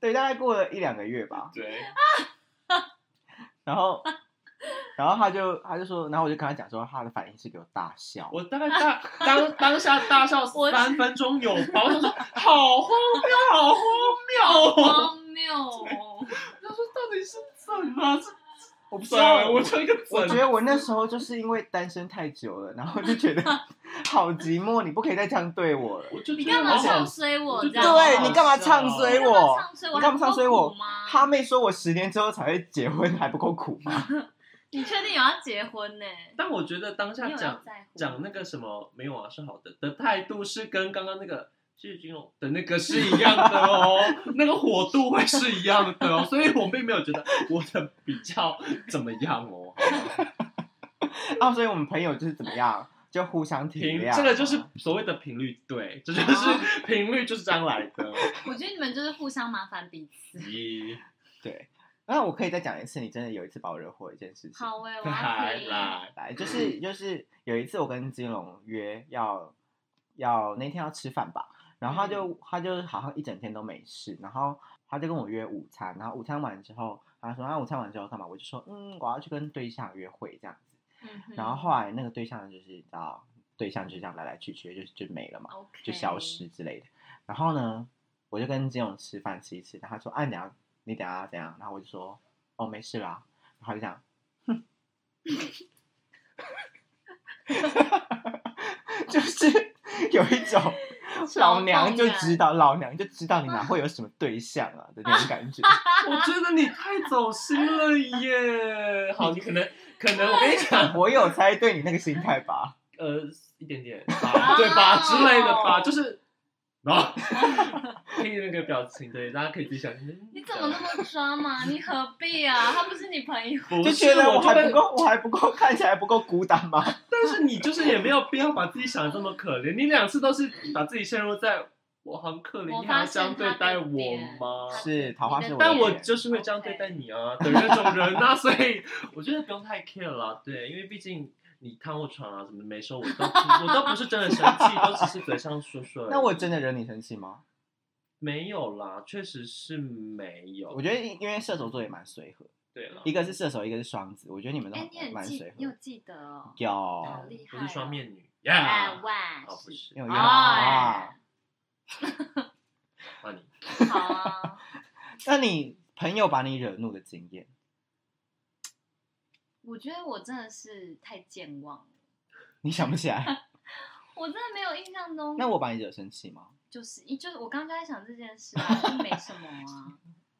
S1: 对，大概过了一两个月吧，
S3: 对，
S1: 然后， 然后他就他就说，然后我就跟他讲说，他的反应是给我大笑，
S3: 我大概大当当下 大笑三分钟有吧，我想说好荒谬，好荒谬 哦！
S2: 荒谬哦！
S3: 他说到底是怎么了？是
S1: 我不知
S3: 怎
S1: 道，
S3: 啊我这个
S1: 我觉
S3: 怎？
S1: 得我那时候就是因为单身太久了，然后就觉 得好寂寞，你不可以再这样对我了。
S3: 我就
S2: 你
S3: 觉
S2: 干
S3: 得
S2: 嘛
S3: 好
S2: 唱
S3: 想
S2: 衰我？
S3: 我就
S2: 这
S3: 觉
S2: 样
S3: 得
S2: 吗
S1: 对你干嘛唱
S2: 你
S1: 衰
S2: 干嘛
S1: 我？
S2: 唱衰我？
S1: 你干嘛唱衰我
S2: 还不够苦吗？
S1: 他妹说我十年之后才会结婚，还不够苦吗？
S2: 你确定有要结婚呢？
S3: 但我觉得当
S2: 你有
S3: 下
S2: 啊要
S3: 讲
S2: 在乎
S3: 讲那个什么没有啊是好的的态度是跟刚刚那个谢金龙的那个是一样的 哦，那个火度会是一样的哦，所以我并没有觉得我的比较怎么样哦。
S1: 啊，所以我们朋友就是怎么样，就互相体
S3: 频
S1: 谅。啊
S3: 这个就是所谓的频率，对，这
S1: 哦
S3: 就是 频率就是这样来的。
S2: 我觉得你们就是互相麻烦彼此。
S3: 咦，
S1: 对。那我可以再讲一次，你真的有一次把我惹火的一件事情。
S2: 好哎，我要
S3: 来
S2: 听。
S3: 来，
S1: 来，就是就是有一次我跟金龙约要要那天要吃饭吧，然后他就、他就好像一整天都没事，然后他就跟我约午餐，然后午餐完之后，他说啊午餐完之后干嘛？我就说嗯我要去跟对象约会这样子，
S2: 嗯哼
S1: 然后后来那个对象就是你知道对象就这样来来去去就就没了嘛，
S2: OK
S1: 就消。失之类的。然后呢，我就跟金勇吃饭吃一吃，然后他说：“啊，你等下你等下怎样？”然后我就说：“哦，没事啦。”然后他就这样， 哼，就是有一种老娘就知道，老娘就知道你哪会有什么对象啊的那种感 觉。
S3: 我觉得你太走心了耶。好，你可能可能我跟你讲，
S1: 我有猜对你那个心态吧？
S3: 呃，一点点
S2: 哦
S3: 吧， 对吧之类的吧，就是。然后听那个表情，对，大家可以自己想。
S2: 你怎么那么 抓嘛？你何必啊？他不是你朋友。
S3: 不
S1: 就是觉得
S3: 我就
S1: 还
S3: 被
S1: 不够，我还不够，看起来不够孤单吗？
S3: 但是你就是也没有必要把自己想的这么可怜，你两次都是把自己陷入在我很可怜，
S2: 我
S3: 你
S2: 发
S3: 还
S2: 现
S3: 想对待我吗？
S2: 他
S1: 是桃花是我的
S3: 但我
S1: 脸
S3: 就是会这样对待你啊的那种人啊，所以我觉得不用太 care 啦。对，因为毕竟你看我床啊什么没收，我都我都不是真的生气，都只是嘴上说说而已。
S1: 那我真的惹你生气吗？
S3: 没有啦，确实是没有。
S1: 我觉得因为射手座也蛮随和，
S3: 对了，
S1: 一个是射手，一个是双子，我觉得你们都
S2: 哎，你
S1: 很
S2: 很
S1: 蛮
S2: 记
S1: 随，
S2: 你有
S1: 和。
S2: 记得哦。好
S1: 有，
S2: 厉害
S3: 我
S2: 哦
S3: 是双面女
S2: 哎
S3: 呀，
S2: 哇
S3: 哦不是
S1: 因，为
S2: 哦
S1: 有啊。
S3: 那你
S2: 好啊，
S1: 那你朋友把你惹怒的经验？
S2: 我觉得我真的是太健忘了，
S1: 你想不起 来？
S2: 我真的没有印象中。
S1: 那我把你惹生气吗？
S2: 就是一就是我刚刚在想这件事 啊，就没什么啊。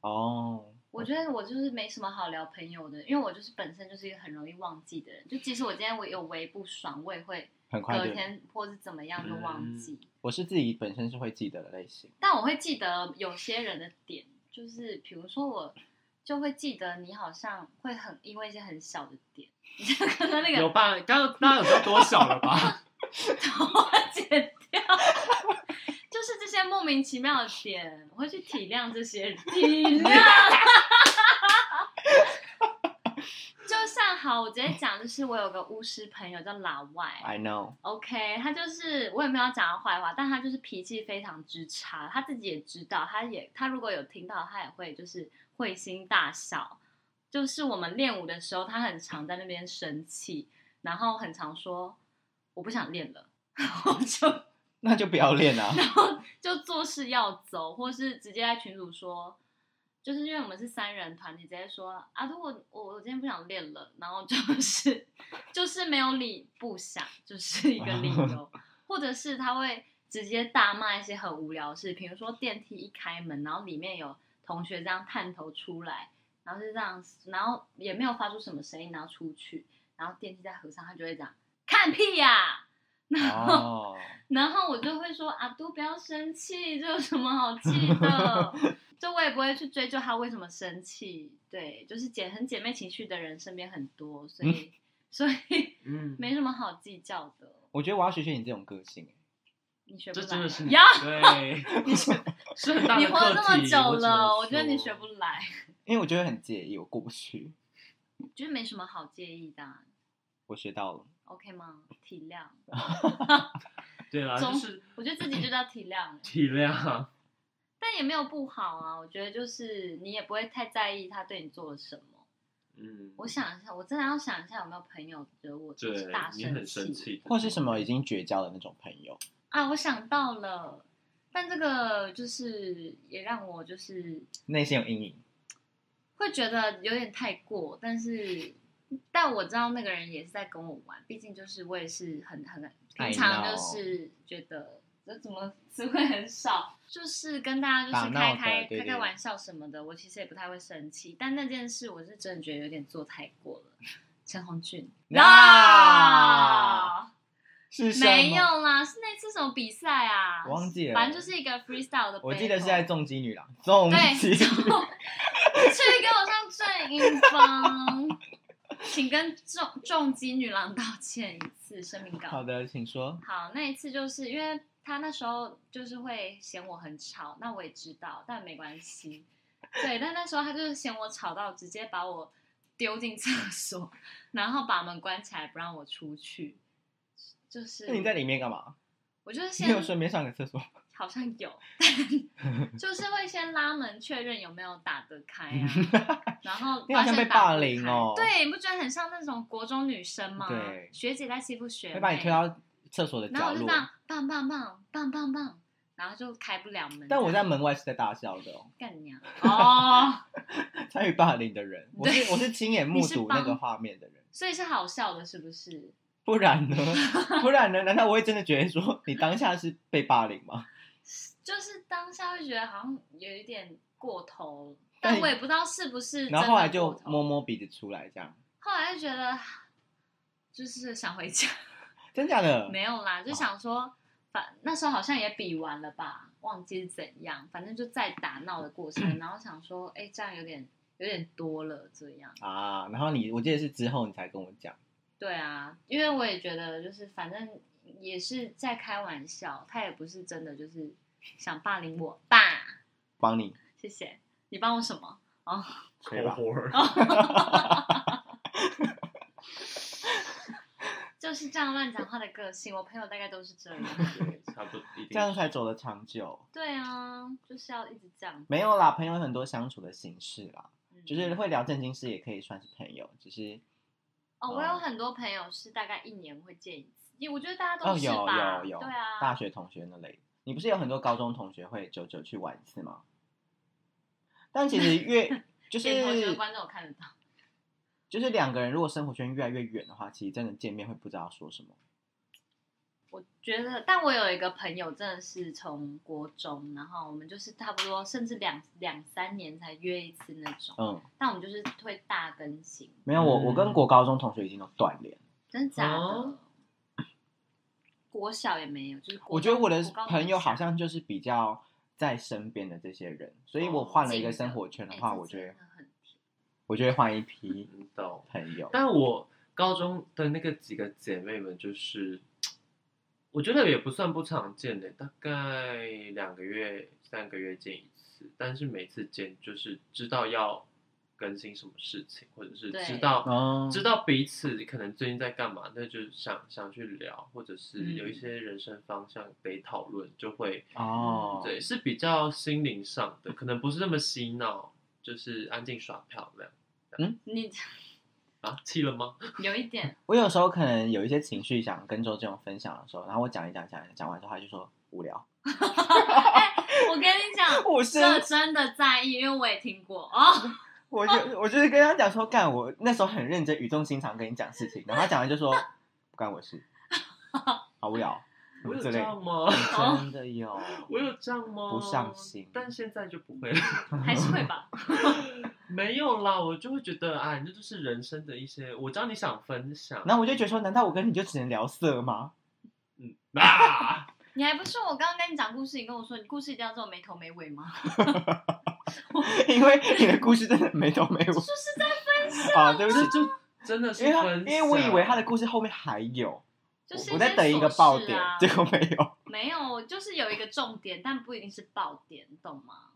S1: 哦，
S2: 我觉得我就是没什么好聊朋友的，因为我就是本身就是一个很容易忘记的人。就即使我今天我有微不爽，我也会
S1: 很快嗯
S2: 隔
S1: 就，
S2: 天或是怎么样就忘记。
S1: 我是自己本身是会记得的类型。
S2: 但我会记得有些人的点，就是比如说我就会记得你好像会很因为一些很小的点， 你像刚刚那
S3: 有
S2: 个嗯
S3: 吧？刚刚大家有知道多小 了吧？
S2: 头发剪掉， 就是这些莫名其妙的点，我会去体谅这些人，体谅。 就像好，我直接讲，就是我有个巫师朋友叫老外，
S1: I know，
S2: OK，他就是我也没有讲他坏话，但他就是脾气非常之差，他自己也知道，他也他如果有听到，他也会就是会心大笑。就是我们练舞的时候，他很常在那边生气，然后很常说我不想练了，然后就
S1: 那就不要练 啊。
S2: 然后就做事要走，或是直接在群主说，就是因为我们是三人团体，直接说啊，如果我我今天不想练了，然后就是就是没有理不想，就是一个理由，或者是他会直接大骂一些很无聊的事，比如说电梯一开门，然后里面有同学这样探头出来，然后是这样，然后也没有发出什么声音，然后出去，然后电梯再合上，他就会讲看屁呀、 然后。
S1: 哦，
S2: 然后我就会说阿都不要生气，这有什么好气的？ 就我也不会去追究他为什么生气。对，就是姐很姐妹情绪的人身边很多，所以、 所以
S3: 嗯，
S2: 没什么好计较的。
S1: 我觉得我要学学你这种个性。
S2: 你学不
S3: 这
S2: 来，
S3: 真的是
S2: 呀，
S3: 对，是很大
S2: 你
S3: 的
S2: 活了这么
S3: 课题
S2: 久了，我
S3: 只能
S2: 觉得你
S3: 说
S2: 学不来，
S1: 因为我觉得很介意，我过不去。
S2: 就是没什么好介意的啊、
S1: 我学到了，
S2: OK 吗？体谅，
S3: 对啦，
S2: 总
S3: 就是
S2: 我觉得自己就叫体谅，
S3: 体谅。啊
S2: 但也没有不好啊。我觉得就是你也不会太在意他对你做了什么。
S3: 嗯，
S2: 我想一下，我真的要想一下有没有朋友惹我
S3: 对
S2: 大
S3: 你很生
S2: 气
S3: 气，
S1: 或是什
S3: 么？
S1: 么已经绝交的那种朋友，
S2: 啊！我想到了，但这个就是也让我就是
S1: 内心有阴影。
S2: 会觉得有点太过，但是但我知道那个人也是在跟我玩，毕竟就是我也是很很
S1: 爱
S2: 平常
S1: 闹
S2: 就是觉得这怎么词汇很少，就是跟大家
S1: 打
S2: 就是
S1: 闹
S2: 开
S1: 的
S2: 开
S1: 对
S2: 开
S1: 对
S2: 开玩笑什么的，我其实也不太会生气，但那件事我是真的觉得有点做太过了。陈 红俊，
S1: 啊是什么
S2: 没有，啦，是那次什么比赛啊？
S1: 我忘记了
S2: 反正就是一个 freestyle 的 battle。
S1: 我记得是在重击女郎，重
S2: 对，
S1: 击
S2: 去 给我上正音方，请跟重重击女郎道歉一次，声明
S1: 好
S2: 稿。
S1: 的，请说。
S2: 好，那一次就是因为他那时候就是会嫌我很吵，那我也知道，但没关系。对，但那时候他就是嫌我吵到，直接把我丢进厕所，然后把门关起来，不让我出去。就是
S1: 那你在里面干嘛？
S2: 我就是
S1: 你
S2: 先
S1: 有顺便上个厕所？
S2: 好像有， 但就是会先拉门确认有没有打得开 啊，然后
S1: 你好像被霸凌哦
S2: 发现打不开对，你不觉得很像那种国中女生吗？
S1: 对
S2: 学姐在欺负学妹，
S1: 会把你推到厕所的
S2: 然后
S1: 角
S2: 我就
S1: 落
S2: 这。样棒棒棒棒棒棒，然后就开不了门。
S1: 但我
S2: 这
S1: 在
S2: 样
S1: 门外是在大笑的哦，
S2: 干娘哦，
S1: 参与霸凌的人，我是
S2: 对
S1: 我是亲眼目
S2: 你是
S1: 睹
S2: 帮
S1: 那个画面的人，
S2: 所以是好笑的，是不是？
S1: 不然呢？不然呢？难道我会真的觉得说你当下是被霸凌吗？
S2: 就是当下会觉得好像有一点过头，
S1: 但
S2: 但我也不知道是不是真的
S1: 然后后来
S2: 过
S1: 就
S2: 头
S1: 摸，摸鼻子出来，这样
S2: 后来就觉得就是想回家。
S1: 真假的？
S2: 没有
S1: 啊
S2: 啦，就想说，反那时候好像也比完了吧，忘记是怎样，反正就在打闹的过 程，然后想说，哎、这样有点有点多了，这样。
S1: 啊，然后你我记得是之后你才跟我讲，
S2: 对啊，因为我也觉得就是反正也是在开玩笑，他也不是真的就是想霸凌我吧？
S1: 帮你
S2: 谢谢你帮我什么？
S1: 对吧
S3: 活儿
S2: 就是这样乱讲话的个性，我朋友大概都是这样。
S3: 对差不多一定
S1: 这样才走得长久。
S2: 对啊，就是要一直这样。
S1: 没有啦，朋友有很多相处的形式啦，
S2: 嗯
S1: 就是会聊正经事也可以算是朋友，只是
S2: 哦，我有
S1: 嗯
S2: 很多朋友是大概一年会见一次，因为我觉得大家
S1: 哦
S2: 都是
S1: 有
S2: 吧，
S1: 有有
S2: 对啊，
S1: 大学同学那类。你不是有很多高中同学会久久去玩一次吗？但其实 越就是
S2: 点头球观众看得到。
S1: 就是两个人如果生活圈越来越远的话，其实真的见面会不知道说什么。
S2: 我觉得，但我有一个朋友真的是从国中，然后我们就是差不多甚至两两三年才约一次那种，
S1: 嗯，
S2: 但我们就是会大更新，
S1: 没有我我跟
S3: 嗯
S1: 国高中同学已经都断联。
S2: 真的假的？
S3: 哦
S2: 国小也没有，就是国
S1: 我觉得
S2: 中
S1: 我的
S2: 国高中
S1: 朋友好
S2: 小
S1: 像就是比较在身边的这些人，所以
S2: 哦
S1: 我换了一个生活圈的话，
S2: 哎这
S1: 我觉得
S2: 真的很
S1: 我就会换一批
S3: 嗯懂。
S1: 朋友。
S3: 但我高中的那个几个姐妹们，就是我觉得也不算不常见的，大概两个月、三个月见一次，但是每次见就是知道要更新什么事情，或者是
S2: 对
S3: 知道
S1: 嗯，
S3: 知道彼此可能最近在干嘛，那就想想去聊，或者是
S2: 嗯
S3: 有一些人生方向得讨论，就会
S2: 嗯
S1: 哦，
S3: 对是比较心灵上的，可能不是那么洗脑，就是安静耍漂亮
S2: 你
S3: 啊，气了吗？
S2: 有一点
S1: 我有时候可能有一些情绪想跟周志勇分享的时候，然后我讲一讲讲一讲讲完之后，他就说无聊。
S2: 我跟你讲，
S1: 我是
S2: 这真的在意，因为我也听过 哦。
S1: 我就我就是跟他讲说，干我那时候很认真，语重心长跟你讲事情，然后他讲完就说不干我 事，好无聊，什
S3: 我
S1: 么
S3: 有
S1: 之
S3: 这
S1: 类的。
S3: 样吗？
S2: 哦
S1: 真的有，
S3: 我有这样吗？
S1: 不上心
S3: 但现在就不会了。
S2: 还是会吧，
S3: 没有啦，我就会觉得，哎，那就是人生的一些，我知道你想分享，
S1: 然后我就觉得说，难道我跟你就只能聊色吗？
S3: 嗯啊，
S2: 你还不是我刚刚跟你讲故事，你跟我说你故事一定要这么没头没尾吗？
S1: 因为你的故事真的没头没尾
S2: 就是在
S1: 啊，对不
S3: 这
S1: 起，
S3: 就真的是
S1: 因为他
S3: 分享，
S1: 因为我以为他的故事后面还有，
S2: 就是
S1: 我
S2: 一
S1: 在
S2: 些
S1: 等一个
S2: 琐
S1: 爆
S2: 事
S1: 点
S2: 啊，
S1: 结果没有。
S2: 没有，就是有一个重点，但不一定是爆点，懂吗？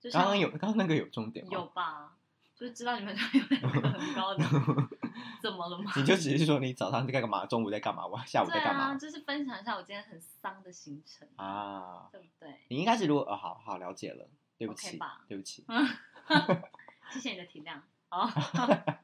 S2: 就像
S1: 刚刚有刚刚那个有重点吗？
S2: 有吧，就是知道你们有两个很高的， 怎么了吗？
S1: 你就只是说你早上在干嘛，中午在干嘛，晚下午
S2: 对
S1: 在干
S2: 啊，
S1: 嘛
S2: 就是分享一下我今天很丧的行程，
S1: 啊？
S2: 对不对？
S1: 你一开始如果哦，好好了解了，对不
S2: OK
S1: 起
S2: 吧，
S1: 对不起。
S2: 谢谢你的体谅。哦，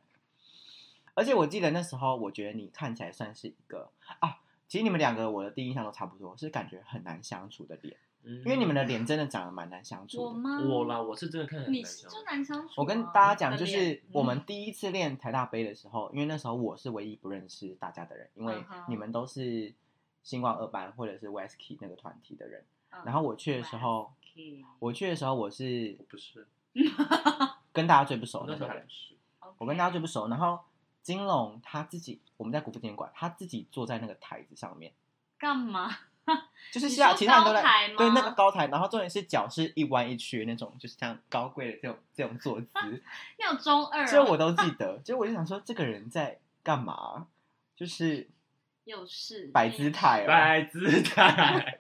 S1: 而且我记得那时候，我觉得你看起来算是一个啊，其实你们两个我的第一印象都差不多，是感觉很难相处的脸，
S3: 因
S1: 因为你们的脸真的长得蛮难相
S2: 我
S1: 处的。
S2: 吗？
S3: 嗯我啦，我是真的看得很
S2: 你
S3: 难
S2: 是
S3: 相处
S2: 就难相处啊。
S1: 我跟大家讲，
S2: 你
S1: 就
S2: 的
S1: 是
S2: 脸嗯
S1: 我们第一次练台大杯的时候，因为那时候我是唯一不认识大家的人，因为
S2: 嗯哼
S1: 你们都是星光二班或者是 Wesky 那个团体的人。
S2: 嗯
S1: 然后我去的时候，
S2: OK
S1: 我去的时候我是
S3: 不是，
S1: 跟大家最不熟
S3: 我
S1: 的
S3: 那
S1: 哦那
S3: 时
S1: 个
S3: 候还
S1: 人
S3: 不，是，
S2: OK
S1: 我跟大家最不熟。然后金龙他自己，我们在国父纪念馆，他自己坐在那个台子上面。
S2: 干嘛？
S1: 就是
S2: 你
S1: 其他
S2: 说
S1: 其他人都
S2: 高
S1: 在
S2: 台吗
S1: 对那个高台，然后重点是脚是一弯一曲那种，就是这样高贵的这种这种坐 姿，
S2: 要中二、啊，
S1: 这我都记得。就我就想说，这个人在干嘛？就是
S2: 有事
S1: 摆姿态哦。
S3: 摆姿态，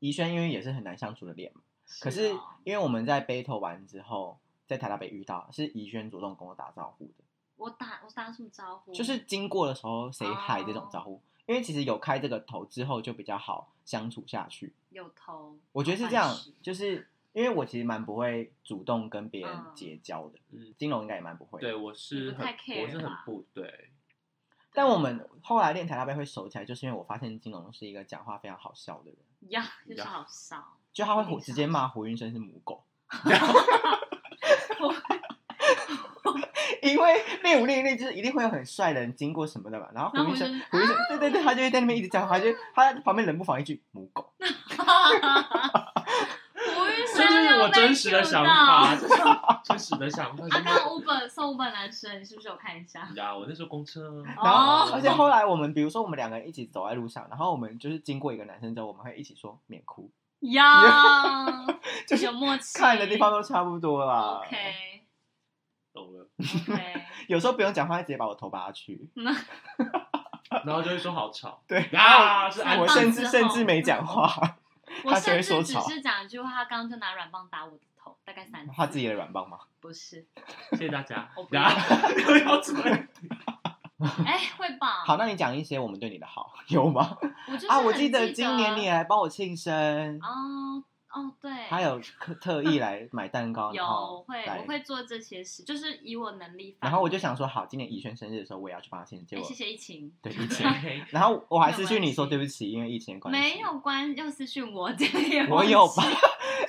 S1: 宜轩因为也是很难相处的脸嘛， 可是
S2: 哦
S1: 因为我们在 battle 完之后，在台大北遇到，是宜轩主动跟我打招呼的，
S2: 我打我打什么招呼？
S1: 就是经过的时候 say hi 这种招呼。因为其实有开这个头之后，就比较好相处下去。
S2: 有头，
S1: 我觉得是这样
S2: 好办事，
S1: 就是因为我其实蛮不会主动跟别人结交的，
S3: 嗯，
S1: 金融应该也蛮不会。
S3: 对，，我是
S2: 你不太
S3: 很，我
S2: care
S3: 是很
S2: 吧
S3: 不对，
S1: 但我们后来练台大杯会熟起来，就是因为我发现金融是一个讲话非常好笑的人，
S2: 呀，就是
S3: 呀
S2: 好 少。
S1: 就他会
S2: 一定
S1: 胡
S2: 是
S1: 直接骂胡云生是母 狗，因为练舞练一练就是一定会有很帅的人经过什么的嘛，然后
S2: 然
S1: 胡
S2: 后
S1: 云生
S2: 我
S1: 胡
S2: 就
S1: 云生对对对，他就会在那边一直讲，他就
S2: 啊
S1: 他在旁边冷不防一句母狗，
S2: 吴玉
S3: 这
S2: 生
S3: 是
S2: 要
S3: 我
S2: 被
S3: 真实的
S2: cue
S3: 想
S2: 到
S3: 法，这是我 真实的想法，
S2: 啊，那
S3: 就是
S2: Uber 送 Uber 男生，你是不是有看一 下？
S3: 呀，我那时候公车啊，
S1: 然后
S2: 哦
S1: 而且后来我们比如说我们两个人一起走在路上，然后我们就是经过一个男生之后，我们会一起说免哭，
S2: 呀，
S1: 就是
S2: 有默契，
S1: 看的地方都啊差不多啦。
S2: OK
S3: 懂了，
S2: OK，
S1: 有时候不用讲话，直接把我头拔去。
S2: 那
S3: 然后就会说好 吵，
S1: 对
S3: 啊，是安
S1: 我
S2: 棒
S1: 甚
S2: 之
S1: 至
S2: 后
S1: 甚至没讲话，
S2: 我
S1: 他只会
S2: 甚
S1: 说
S2: 至只
S1: 吵
S2: 是讲一句话，他刚刚就拿软棒打我的头，大概三次。
S1: 他自己的软棒吗？
S2: 不是，
S3: 谢谢大家
S2: 我，不
S3: 然后又 要怎么？
S2: 哎，会吧？
S1: 好，那你讲一些我们对你的好，有吗？
S2: 我就是
S1: 啊，我
S2: 很记
S1: 得今年你还帮我庆生，
S2: 哦哦，哦，对，
S1: 他有特特意来买蛋 糕，
S2: 有
S1: 然
S2: 我
S1: 后
S2: 会
S1: 来
S2: 我会做这些事，就是以我能力范围。
S1: 然后我就想说，好，今年怡轩生日的时候，我也要去帮他庆祝。结
S2: 哎，
S1: 果
S2: 谢谢疫情，
S1: 对 疫情，
S3: OK，
S1: 然后我还私
S2: 没有
S1: 讯
S2: 关
S1: 你
S2: 系
S1: 说对不起，因为疫情的关系。
S2: 没，有关，又私讯我，这个也
S1: 我
S2: 忘
S1: 有
S2: 记
S1: 吧？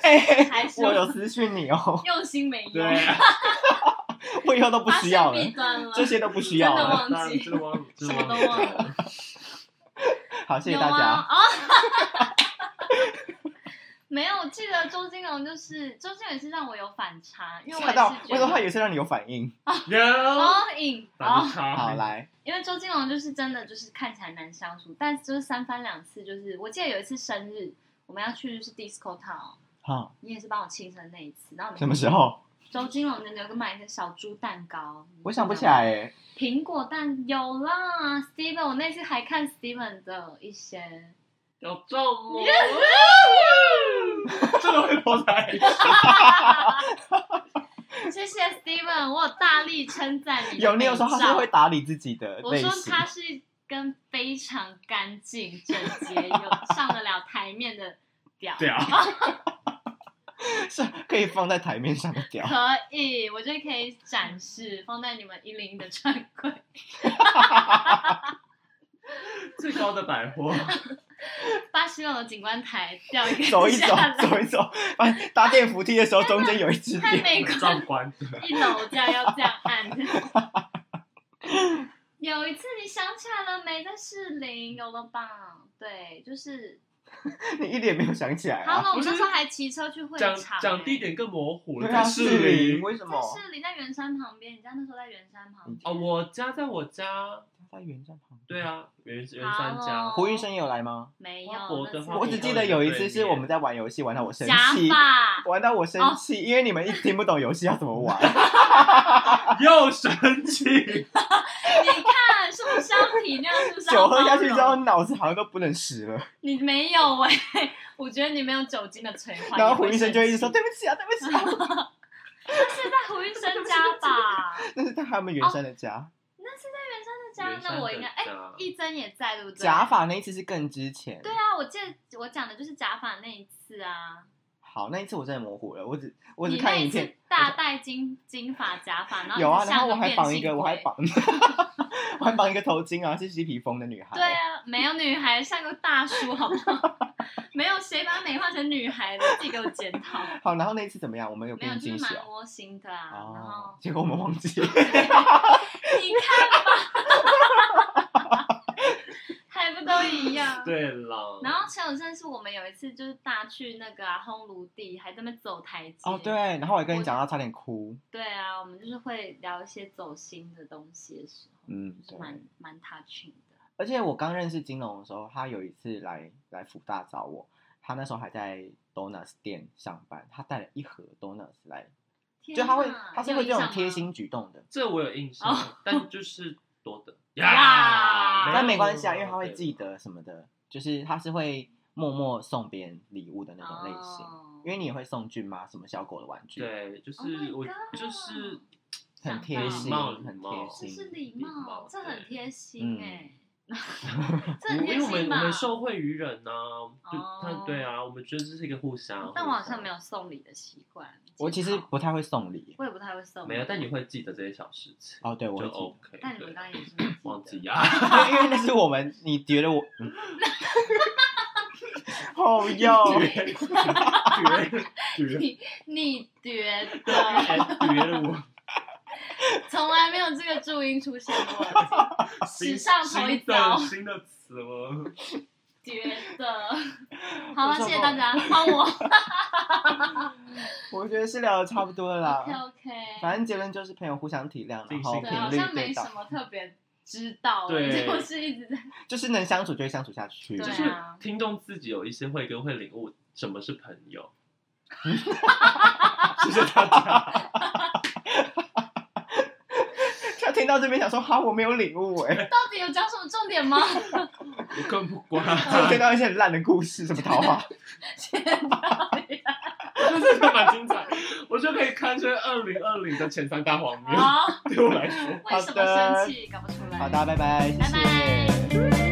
S1: 哎、
S2: 还是
S1: 我有私讯你哦，
S2: 用心没用，
S3: 对，
S1: 我以后都不
S2: 发
S1: 需要了
S2: 现弊，端了，
S1: 这些都不需要
S2: 真的
S1: 了。
S2: 忘记
S3: 真的忘记，真的
S2: 什么
S3: 忘
S2: 都
S3: 记
S2: 忘 了。
S1: 好，谢谢
S2: 有
S1: 大
S2: 啊
S1: 家。
S2: 哦， 没有，我记得周金龙就是周金龙也是让我有反差，因为我
S1: 吓到
S2: 也，是
S1: 我
S2: 觉
S1: 说他
S2: 得
S1: 有些让你有反应。
S3: 有，
S2: 哦影
S3: 打
S2: 哦
S3: 个，叉
S1: 好，，来，
S2: 因为周金龙就是真的就是看起来难相处，但就是三番两次就是，我记得有一次生日我们要去就是 disco town，
S1: 好，
S2: 你也是帮我庆生那一次，然后我们
S1: 什么时候？
S2: 周金龙的有个买一个小猪蛋糕，
S1: 我想不起来哎、
S2: 苹果蛋有啦，Steven，我那次还看 Steven 的一些，
S3: 有中我，这个会跑哪 里？
S2: 谢谢 Steven，我有大力称赞
S1: 欸
S2: 你。
S1: 有你有时候他是会，打理自己的
S2: 我
S1: 类
S2: 说
S1: 型。
S2: 他是跟非常干净、整洁、有上得了台面的哦屌。
S3: 对啊，
S1: 是可以放在台面上的屌。
S2: 可以，我就可以展示放在你们一零一的专柜。
S3: 最高的百货，
S2: 巴西龙的景观台掉一个
S1: 走一走
S2: 下，来
S1: 走一走，反正搭电扶梯的时候，中间有一只
S2: 太
S1: 电。
S2: 美观了
S3: 壮观的，
S2: 一楼这样要这样 按。有一次你想起来了没？在士林有了吧？对，就是。
S1: 你一点没有想起来
S2: 好
S1: 啊？
S2: 了，我们那时候还骑车去会
S3: 讲
S2: 场、欸。
S3: 讲地点更模糊了，
S1: 对啊，
S3: 士
S1: 士林
S3: 林
S1: 为什么哦
S2: 在？士林，在圆山旁边。你家那时候在圆山旁边。
S3: 啊，我家在我家，
S1: 在原站旁。
S3: 对啊，原原三
S2: 好
S3: 家，
S1: 胡云生也有来吗？
S2: 没有。
S3: 花博的
S2: 那次
S3: 话
S1: 我只记得有一次是我们在玩游戏，玩到我生
S2: 假
S1: 气，
S2: 发。哦
S1: 玩到我生气，因为你们一直听不懂游戏要怎么 玩。
S3: 又神奇，
S2: 你看是不是要体谅？是不是要
S1: 酒喝下去之
S2: 包
S1: 后，
S2: 容
S1: 脑子好像都不能使 了，
S2: 你没有哎、 我觉得你没有酒精的催化。
S1: 然后
S2: 你
S1: 胡
S2: 会
S1: 医生
S2: 生
S1: 就一直说
S2: 气
S1: 对不起啊，对不起啊，
S2: 是在胡医生家吧？
S1: 那是在他们原生的家。
S2: 那是在
S3: 原
S2: 原山的家，那我应该哎、
S3: 山的家
S2: 一真也在对不对？
S1: 假。发那一次是更之前，
S2: 对啊，我记得我讲的就是假发那一次啊。
S1: 好，那一次我真的模糊了，我只我只
S2: 你那
S1: 看
S2: 一
S1: 影片
S2: 次，大戴金金发假发，然后
S1: 有啊，
S2: 你
S1: 然后
S2: 像
S1: 我还
S2: 变
S1: 绑一
S2: 性
S1: 个，我还
S2: 鬼。
S1: 绑， 我还绑一个头巾啊，是嬉皮风的女孩。
S2: 对啊，没有女孩像个大叔，好不好？ 没有谁把美化成女孩的，自己给我检讨。
S1: 好，然后那一次怎么样？我们有
S2: 没
S1: 给
S2: 有，
S1: 你
S2: 就
S1: 惊
S2: 是
S1: 喜
S2: 蛮
S1: 哦。
S2: 窝心的啊。然
S1: 哦
S2: 后，
S1: 结果我们忘记，
S2: 你看吧，还不都一样？
S3: 对了，
S2: 然后陈永胜是我们有一次就是大去那个啊烘炉地，还在那边走台阶。
S1: 哦，对，然后我还跟你讲到差点哭，
S2: 对啊，我们就是会聊一些走心的东西的时候，
S1: 嗯
S2: 就
S1: 对
S2: 是蛮蛮 touching 的。
S1: 而且我刚认识金龙的时候，他有一次来来福大找我，他那时候还在 donuts 店上班，他带了一盒 donuts 来，就他会
S2: 天哪
S1: 他是会这
S2: 你有印象
S1: 种
S2: 吗哦
S1: 贴心举动的，
S3: 这我有印象，但就是多的
S2: 呀
S1: 但没关系啊，因为他会记，得什么的，就是他是会默默送别人礼物的那种类型。
S2: 哦
S1: 因为你也会送俊妈什么小狗的玩具，
S3: 对，就
S2: Oh
S3: 是
S2: my
S3: 我
S2: God
S3: 就是
S1: 很贴心，
S3: 礼貌
S1: 很
S3: 礼貌
S1: 贴
S2: 这
S1: 心。
S2: 是礼
S3: 礼
S2: 貌
S3: 貌，
S2: 这很
S3: 对
S2: 贴心
S1: 嗯
S2: 哎，这很
S3: 因
S2: 贴
S3: 为我们
S2: 心
S3: 我
S2: 吧
S3: 们？受惠于人呐、就
S2: 哦
S3: 他对啊，我们觉得这是一个互相。
S2: 但我好像没
S3: 有，
S2: 有送礼的习惯。
S1: 我其实
S2: 好
S1: 不太会送礼。
S2: 我也不太会送礼，
S3: 没有，但你会记得这些小事情，
S1: 哦，对，我
S3: 就
S1: 会记
S3: OK 对。
S2: 但你们刚刚也是没有
S3: 忘
S2: 记
S3: 记
S2: 得
S3: 呀、
S1: 得，因为因为那是我们，你觉得我，嗯好 哟，
S3: 绝绝 绝
S2: 你你 觉得？
S3: 绝了 我，
S2: 从来没有这个注音出现过， 史上头一遭
S3: 新的新的词哦了。
S2: 觉 得。好了，
S1: 为什么
S2: 谢谢大家，帮 我。
S1: 我觉得是聊的差不多了
S2: OK
S1: 啦。
S2: OK。
S1: 啊反正结论就是朋友互相体谅，然
S3: 进
S1: 后
S3: 行
S2: 对，啊
S1: 频
S2: 好
S1: 率
S2: 像没
S1: 到
S2: 什，么特别知道，
S3: 对
S2: 就是一直在。
S1: 就是能相处就会相处下去。
S2: 对
S3: 就是
S2: 啊
S3: 听众自己有一些会跟会领悟什么是朋友。谢谢大家，
S1: 他听到这边想说，哈，我没有领悟 哎，
S2: 到底有讲什么重点吗？
S3: 我更不管，
S1: 就听到一些很烂的故事，什么桃花，
S2: 谢谢大家
S3: 真的蛮精彩，我就可以堪称二零二零的前三大荒谬。
S2: 好，
S3: 对我来说。
S2: 为什么生气？搞不出来。
S1: 好的，拜拜，谢
S2: 拜拜
S1: 谢。